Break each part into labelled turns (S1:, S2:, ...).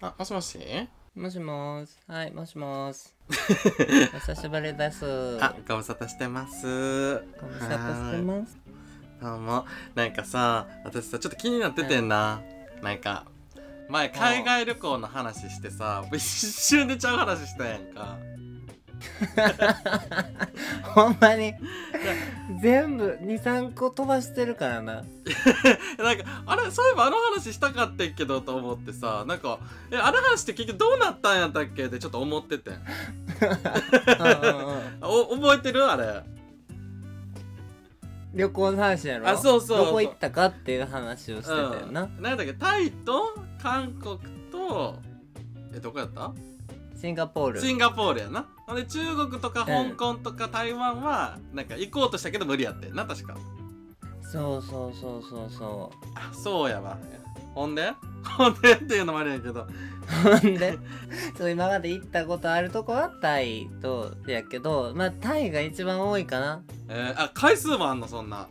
S1: あ、もしもし
S2: もしもーす。はい、もしもー す。お久しぶりです。
S1: あ、ご無沙汰してます。
S2: ご無沙汰して
S1: は
S2: ます。
S1: ーいどうも。なんかさ、私さ、ちょっと気になっててんな。なんか、前、海外旅行の話してさ、一瞬でちゃう話したやんか。
S2: ほんまに。全部2、3個飛ばしてるからな。
S1: なんか、あれ、そういえばあの話したかってんけどと思ってさ、なんか、え、あの話って結局どうなったんやったっけってちょっと思っててん。
S2: うんうんうん
S1: お、覚えてるあれ。
S2: 旅行の話やろ
S1: あそうそう
S2: どこ行ったかっていう話をしてたよな。
S1: うん、なんだっけタイと韓国とえどこやった
S2: シンガポール。
S1: シンガポールやなほんで中国とか香港とか台湾はなんか行こうとしたけど無理やってんな確か
S2: そうそうそうそうそ
S1: あそうやわほんで ほんでっていうのもあるんやけど
S2: う。ほんで、そう今まで行ったことあるとこはタイとやけど、まあタイが一番多いかな。
S1: えー、あ回数もあんのそんな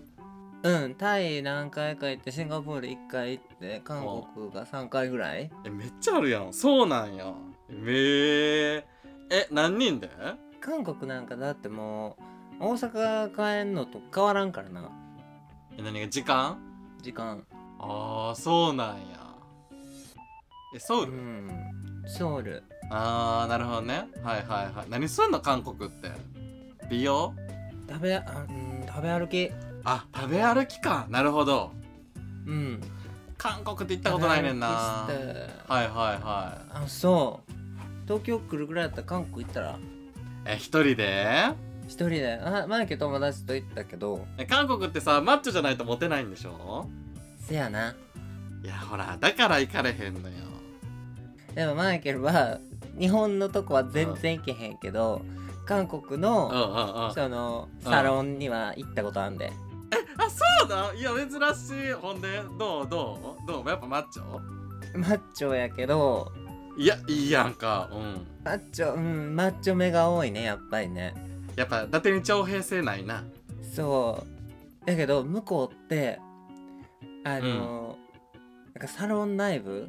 S2: うん、タイ何回か行って、シンガポール1回行って、韓国が3回ぐらい
S1: えめっちゃあるやんそうなんやえー、え何人で
S2: 韓国なんかだってもう大阪帰んのと変わらんからな
S1: え何が時間
S2: 時間
S1: ああそうなんやえソウ
S2: う
S1: ル、
S2: んソウル
S1: あーなるほどねはいはいはい何すんの韓国って美容
S2: 食べあうん食べ歩き
S1: あ食べ歩きかなるほど
S2: うん行っ
S1: 韓国って行ったことないねんなはいはいはい
S2: あそう東京来るぐらいだったら韓国行ったら
S1: え一人で
S2: 一人であマイケ友達と行ったけど
S1: え韓国ってさマッチョじゃないとモテないんでしょ
S2: せやない
S1: やほらだから行かれへんのよ
S2: でもマイケルは日本のとこは全然行けへんけど韓国
S1: うんうんう
S2: の
S1: んあ
S2: その
S1: ん
S2: サロンには行ったことあんで
S1: そうだいや珍しいほんでどうどうどうやっぱマッチョ
S2: マッチョやけど
S1: いやいいやんかうん
S2: マッチョうんマッチョ目が多いねやっぱりね
S1: やっぱ伊達に徴兵性ない な
S2: そうだけど向こうってあの、なんかサロン内部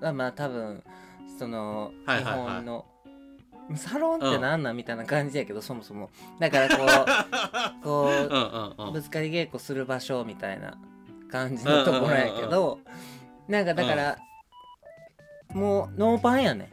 S2: はまあ多分その
S1: は
S2: 日
S1: いはいはい
S2: 本の、サロンってなんなんみたいな感じやけどそもそもだからこ うこ
S1: うんう
S2: うん
S1: うん
S2: ぶつかり稽古する場所みたいな感じのところやけどなんかだから、もうノーパンやね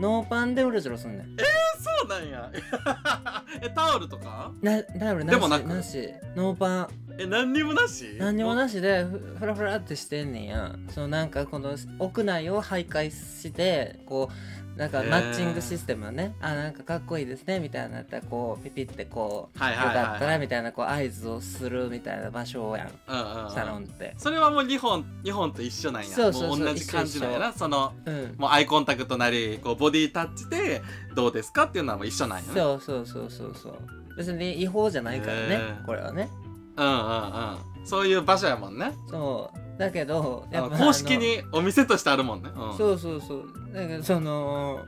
S2: ノーパンでうろちょろすんねん
S1: そうなんや。 え、タオルとか
S2: なタオルなし
S1: でもなく
S2: なしノーパン
S1: え、何にもなし
S2: 何にも
S1: し。
S2: なしでふふらふらってしてんねんやそのなんかこの屋内を徘徊してこうなんか
S1: へー
S2: マッチングシステムはね、あなんかかっこいいですねみたいなやったらこうピピってこう、
S1: はいはいはいはい
S2: よかったらみたいなこう合図をするみたいな場所やん
S1: うんうんうん、
S2: サロンって
S1: それはもう日本日本と一緒なんや
S2: そうそうそう
S1: もう同じ感じなんやなその
S2: うん
S1: もうアイコンタクトなりこうボディタッチでどうですかっていうのはもう一緒なんやねう
S2: そうそうそうそうそう別に違法じゃないからね
S1: へー
S2: これはね
S1: んうんうんそういう場所やもんね
S2: そうだけど
S1: あ
S2: や
S1: の
S2: っぱ
S1: 公式
S2: あの
S1: にお店としてあるもんね、うん、
S2: そうそうそうだからその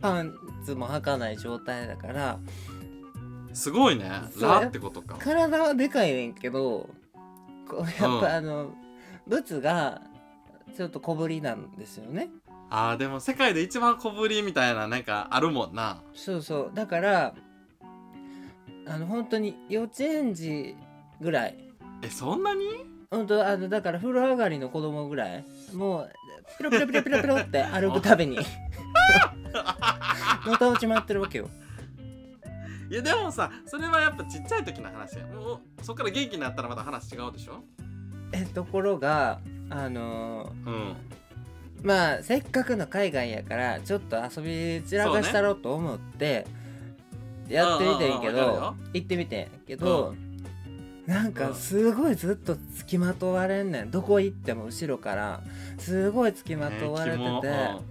S2: パンツも履かない状態だから
S1: すごいね
S2: そう
S1: ラってことか
S2: 体はでかいねんけどこうやっ
S1: うん
S2: ぱあの、ブツがちょっと小ぶりなんですよね
S1: あーでも世界で一番小ぶりみたいななんかあるもんな
S2: そうそうだからあの本当に幼稚園児ぐらい
S1: えそんなに
S2: 本当あのだから風呂上がりの子供ぐらいもうピロピロピロピロピロって歩くたび にのたうち回ってるわけよ
S1: いやでもさそれはやっぱちっちゃい時の話やもうそっから元気になったらまた話違うでしょ
S2: えところがあの
S1: うん
S2: まあせっかくの海外やからちょっと遊び散らかしたろうと思ってやってみてんけ
S1: うんうんうんわ
S2: ど
S1: か
S2: 行ってみてんけど、
S1: う
S2: なんかすごいずっと付きまとわれんねんどこ行っても後ろからすごい付きまとわれてて、
S1: ねキモ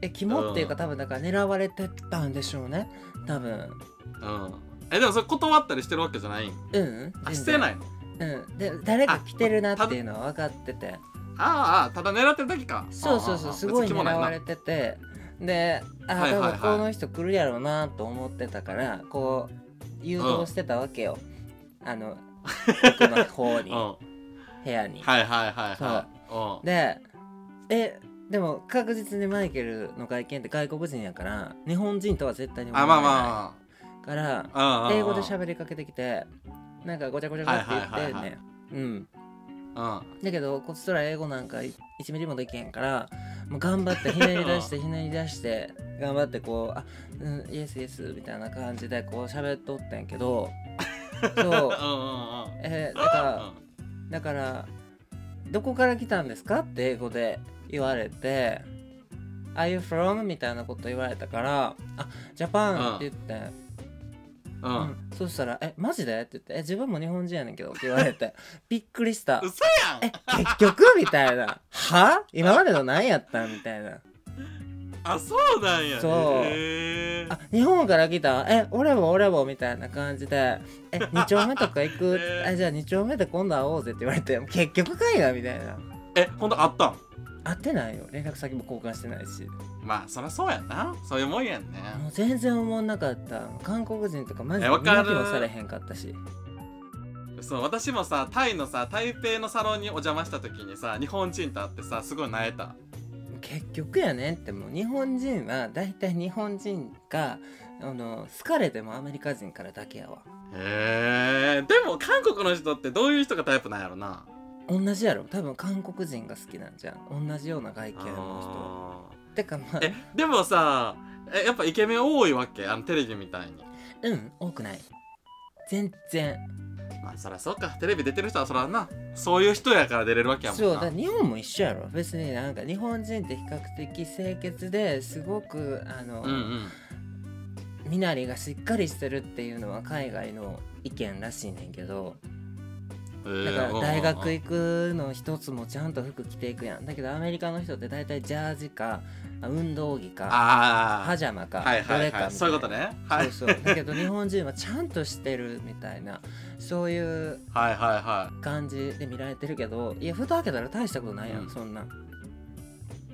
S2: え肝っていう
S1: う
S2: か
S1: ん
S2: 多分だから狙われてたんでしょうね多分
S1: うんうんえでもそれ断ったりしてるわけじゃないん
S2: うん、
S1: あしてないいの
S2: うん、で誰か来てるなっていうのは分かってて
S1: あーあーただ狙ってるだけか
S2: そうそうそうすごい狙われててであ、
S1: はいはいはい
S2: 多分この人来るやろうなと思ってたからこう誘導してたわけよ、あの奥の方
S1: う
S2: に
S1: んは
S2: 部屋に。
S1: いはいはいはいうん
S2: でえでも確実にマイケルの外見って外国人やから日本人とは絶対に思
S1: あ
S2: わ
S1: まあ
S2: れな
S1: ま
S2: いから
S1: あうんうんうん
S2: 英語で喋りかけてきてなんかごちゃごちゃごちゃって言って
S1: はいはいはい
S2: ねうん
S1: うん
S2: だけどこっちとら英語なんか1ミリもできへんからもう頑張ってひねり出してひねり出して頑張ってこう「あうんイエスイエス」みたいな感じでこう喋っとったんやけどそう
S1: うんうんうん
S2: えーだからだから「どこから来たんですか?」って英語で言われて「Are you from?」みたいなこと言われたから「あジャパン」って言って、
S1: うんう
S2: うんんそしたら「えマジで?」って言って「え自分も日本人やねんけど」って言わ れてびっくりした
S1: 嘘やん
S2: え結局みたいな「は今までの何やったん?」みたいな
S1: あそうなんや
S2: そう
S1: へ
S2: 「
S1: ー
S2: あ日本から来たえ俺も俺も」みたいな感じで「え2丁目とか行く
S1: えー
S2: えじゃあ2丁目で今度会おうぜ」って言われて結局かいなみたいな
S1: えほんとあったん
S2: 会ってないよ連絡先も交換してないし
S1: まあそりゃそうやんなそういうもんやんね
S2: もう全然思わなかった韓国人とかマジで
S1: え
S2: 見
S1: わか
S2: 向
S1: る
S2: きもされへんかったし
S1: そう私もさタイのさ台北のサロンにお邪魔した時にさ日本人と会ってさすごいなえた
S2: 結局やねんってもう日本人は大体日本人があの好かれてもアメリカ人からだけやわ
S1: へえでも韓国の人ってどういう人がタイプなんやろな
S2: 同じやろ多分韓国人が好きなんじゃん同じような外見の
S1: あー
S2: 人てかまあ
S1: えでもさえやっぱイケメン多いわけあのテレビみたいに
S2: うん多くない全然
S1: まあそりゃそうかテレビ出てる人はそらなそういう人やから出れるわけやもんな
S2: そうだ日本も一緒やろ別になんか日本人って比較的清潔ですごくあの、
S1: うんうん
S2: 身なりがしっかりしてるっていうのは海外の意見らしいねんけど
S1: えー
S2: だから大
S1: うんうん
S2: 学
S1: うん
S2: 行くの一つもちゃんと服着ていくやんだけどアメリカの人って大体ジャージかあ運動着か
S1: あ
S2: パジャマか
S1: あはい
S2: ど
S1: は
S2: れ
S1: い
S2: か
S1: は
S2: みたいない
S1: そういうことねはい
S2: そうそうだけど日本人はちゃんとしてるみたいなそういう
S1: はいはいは
S2: 感じで見られてるけどいや蓋開けたら大したことないやん、
S1: うん
S2: そ んな、
S1: い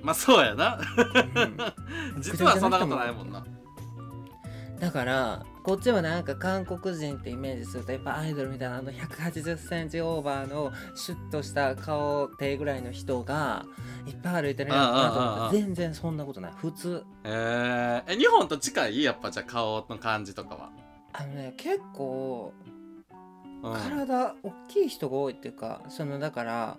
S1: まあそうやな
S2: うん
S1: 実はそんなことないもんな
S2: だからこっちはなんか韓国人ってイメージするとやっぱアイドルみたいなあの1 8 0ンチオーバーのシュッとした顔手ぐらいの人がいっぱい歩いてるのかなと思った
S1: あああ
S2: ら
S1: あ
S2: 全然そんなことない普通
S1: えー、え日本と近いやっぱじゃあ顔の感じとかは、
S2: あのね結構
S1: うん、
S2: 体大きい人が多いっていうかそのだから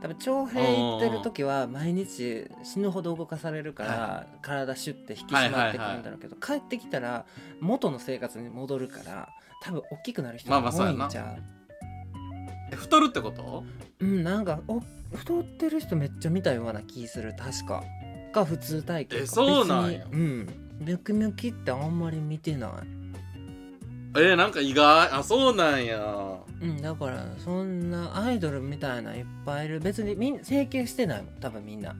S2: 多分徴兵行ってる時は毎日死ぬほど動かされるから、
S1: は
S2: 体シュッて引き締まってくるんだろうけど、帰ってきたら元の生活に戻るから多分大きくなる人が
S1: まあまあ
S2: 多いん
S1: そ
S2: ち
S1: うや
S2: ゃう
S1: え太るってこと
S2: うんなんかお太ってる人めっちゃ見たような気する確かが普通体型か
S1: えそうなんや
S2: 別にうんムキムキってあんまり見てな
S1: えー、なんか意外あそうなんや
S2: いうんだからそんなアイドルみたいないっぱいいる別にみん整形してないもん多分みんな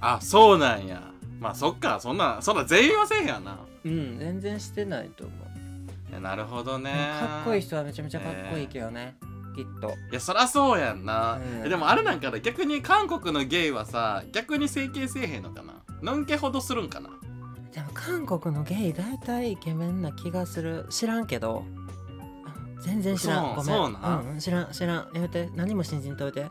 S1: あそうなんやまあそっかそんなそんな全員はせえへんやな
S2: うん全然してないと思う
S1: いやなるほどね
S2: かっこいい人はめちゃめちゃかっこいいけどね、きっと
S1: いやそらそうやんな、
S2: うん
S1: えでもあれなんかな逆に韓国のゲイはさ逆に整形せえへんのかなのんけほどするんかな
S2: でも韓国のゲイ大体イケメンな気がする知らんけどうん全然知らん
S1: そ
S2: ご
S1: う
S2: めん
S1: そうなん
S2: うん、知らん知らん言うて何も信じんといて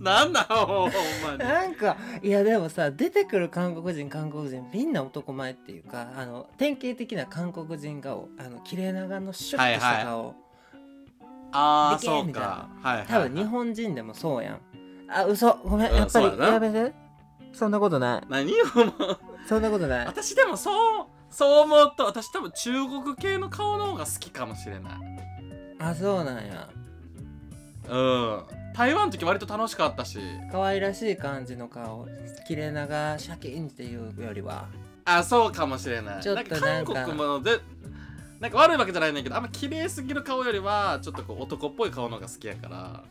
S1: なんだほんま に
S2: なんかいやでもさ出てくる韓国人韓国人みんな男前っていうかあの典型的な韓国人顔あの綺麗な顔のシュッとした顔、
S1: ああ
S2: でけえ
S1: そう
S2: みたい
S1: か
S2: な
S1: はいはい、はい、
S2: 多分日本人でもそうやんあ嘘ごめん
S1: うん
S2: やっぱり、
S1: そうやな
S2: やめてそんなことない
S1: 何をもう
S2: そんなことない
S1: 私でもそうそう思うと私多分中国系の顔の方が好きかもしれない
S2: あそうなんや
S1: うん台湾の時割と楽しかったし
S2: 可愛らしい感じの顔綺麗ながシャキーンっていうよりは
S1: あそうかもしれない
S2: ちょっとなんか
S1: 韓国もでなんか悪いわけじゃないねんだけどあんま綺麗すぎる顔よりはちょっとこう男っぽい顔の方が好きやから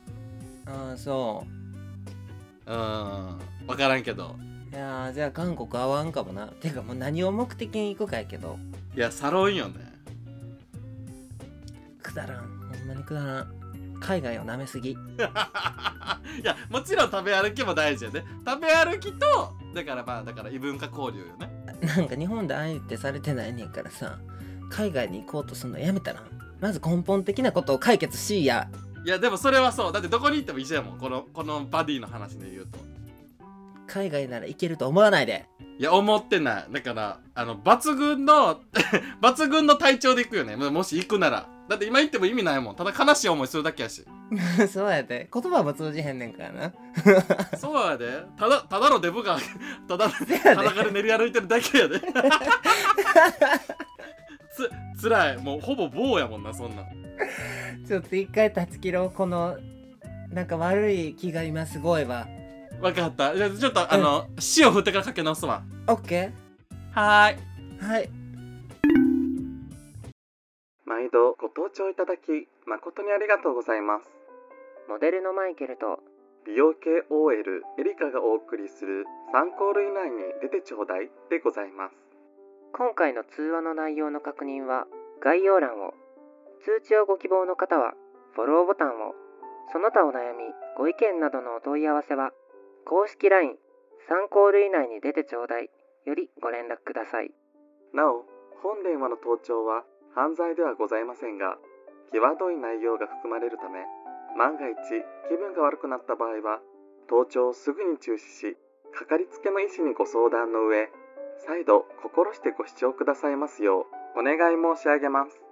S2: うんそ
S1: うん分からんけど
S2: ういやーじゃあ韓国合わんかもなてかもう何を目的に行くかやけど
S1: いやサロンよね
S2: くだらんほんまにくだらん海外を舐めすぎ
S1: いやもちろん食べ歩きも大事やね食べ歩きとだからまあだから異文化交流よね
S2: なんか日本で相手されてないねんからさ海外に行こうとするのやめたらまず根本的なことを解決しいや
S1: いいやでもそれはそうだってどこに行っても一緒やもんこのこのバディの話で言うと
S2: 海外なら行けると思わないで
S1: いや思ってないだからあの抜群の 抜群の体調で行くよねももし行くならだって今行っても意味ないもんただ悲しい思いするだけやし
S2: そうやって言葉も通じへんねんからな
S1: そうやでただただのデブが ただ
S2: せやで
S1: 裸で練り歩いてるだけやで つつらいもうほぼ棒やもんなそんなん
S2: ちょっと一回断ち切ろうこのなんか悪い気が今すごいわ
S1: 分かったじゃあちょっとあの塩振ってからかけ直すわ
S2: オッケ
S1: はーい
S2: ーはい
S1: 毎度ご登聴いただき誠にありがとうございます
S2: モデルのマイケルと
S1: 美容系 OL エリカがお送りする参考類以内に出てちょうだいでございます
S2: 今回の通話の内容の確認は概要欄を通知をご希望の方はフォローボタンをその他お悩みご意見などのお問い合わせは公式 LINE 参考類内に出てちょうだいよりご連絡ください
S1: なお本電話の盗聴は犯罪ではございませんが際どい内容が含まれるため万が一気分が悪くなった場合は盗聴をすぐに中止しかかりつけの医師にご相談の上再度心してご視聴くださいますようお願い申し上げます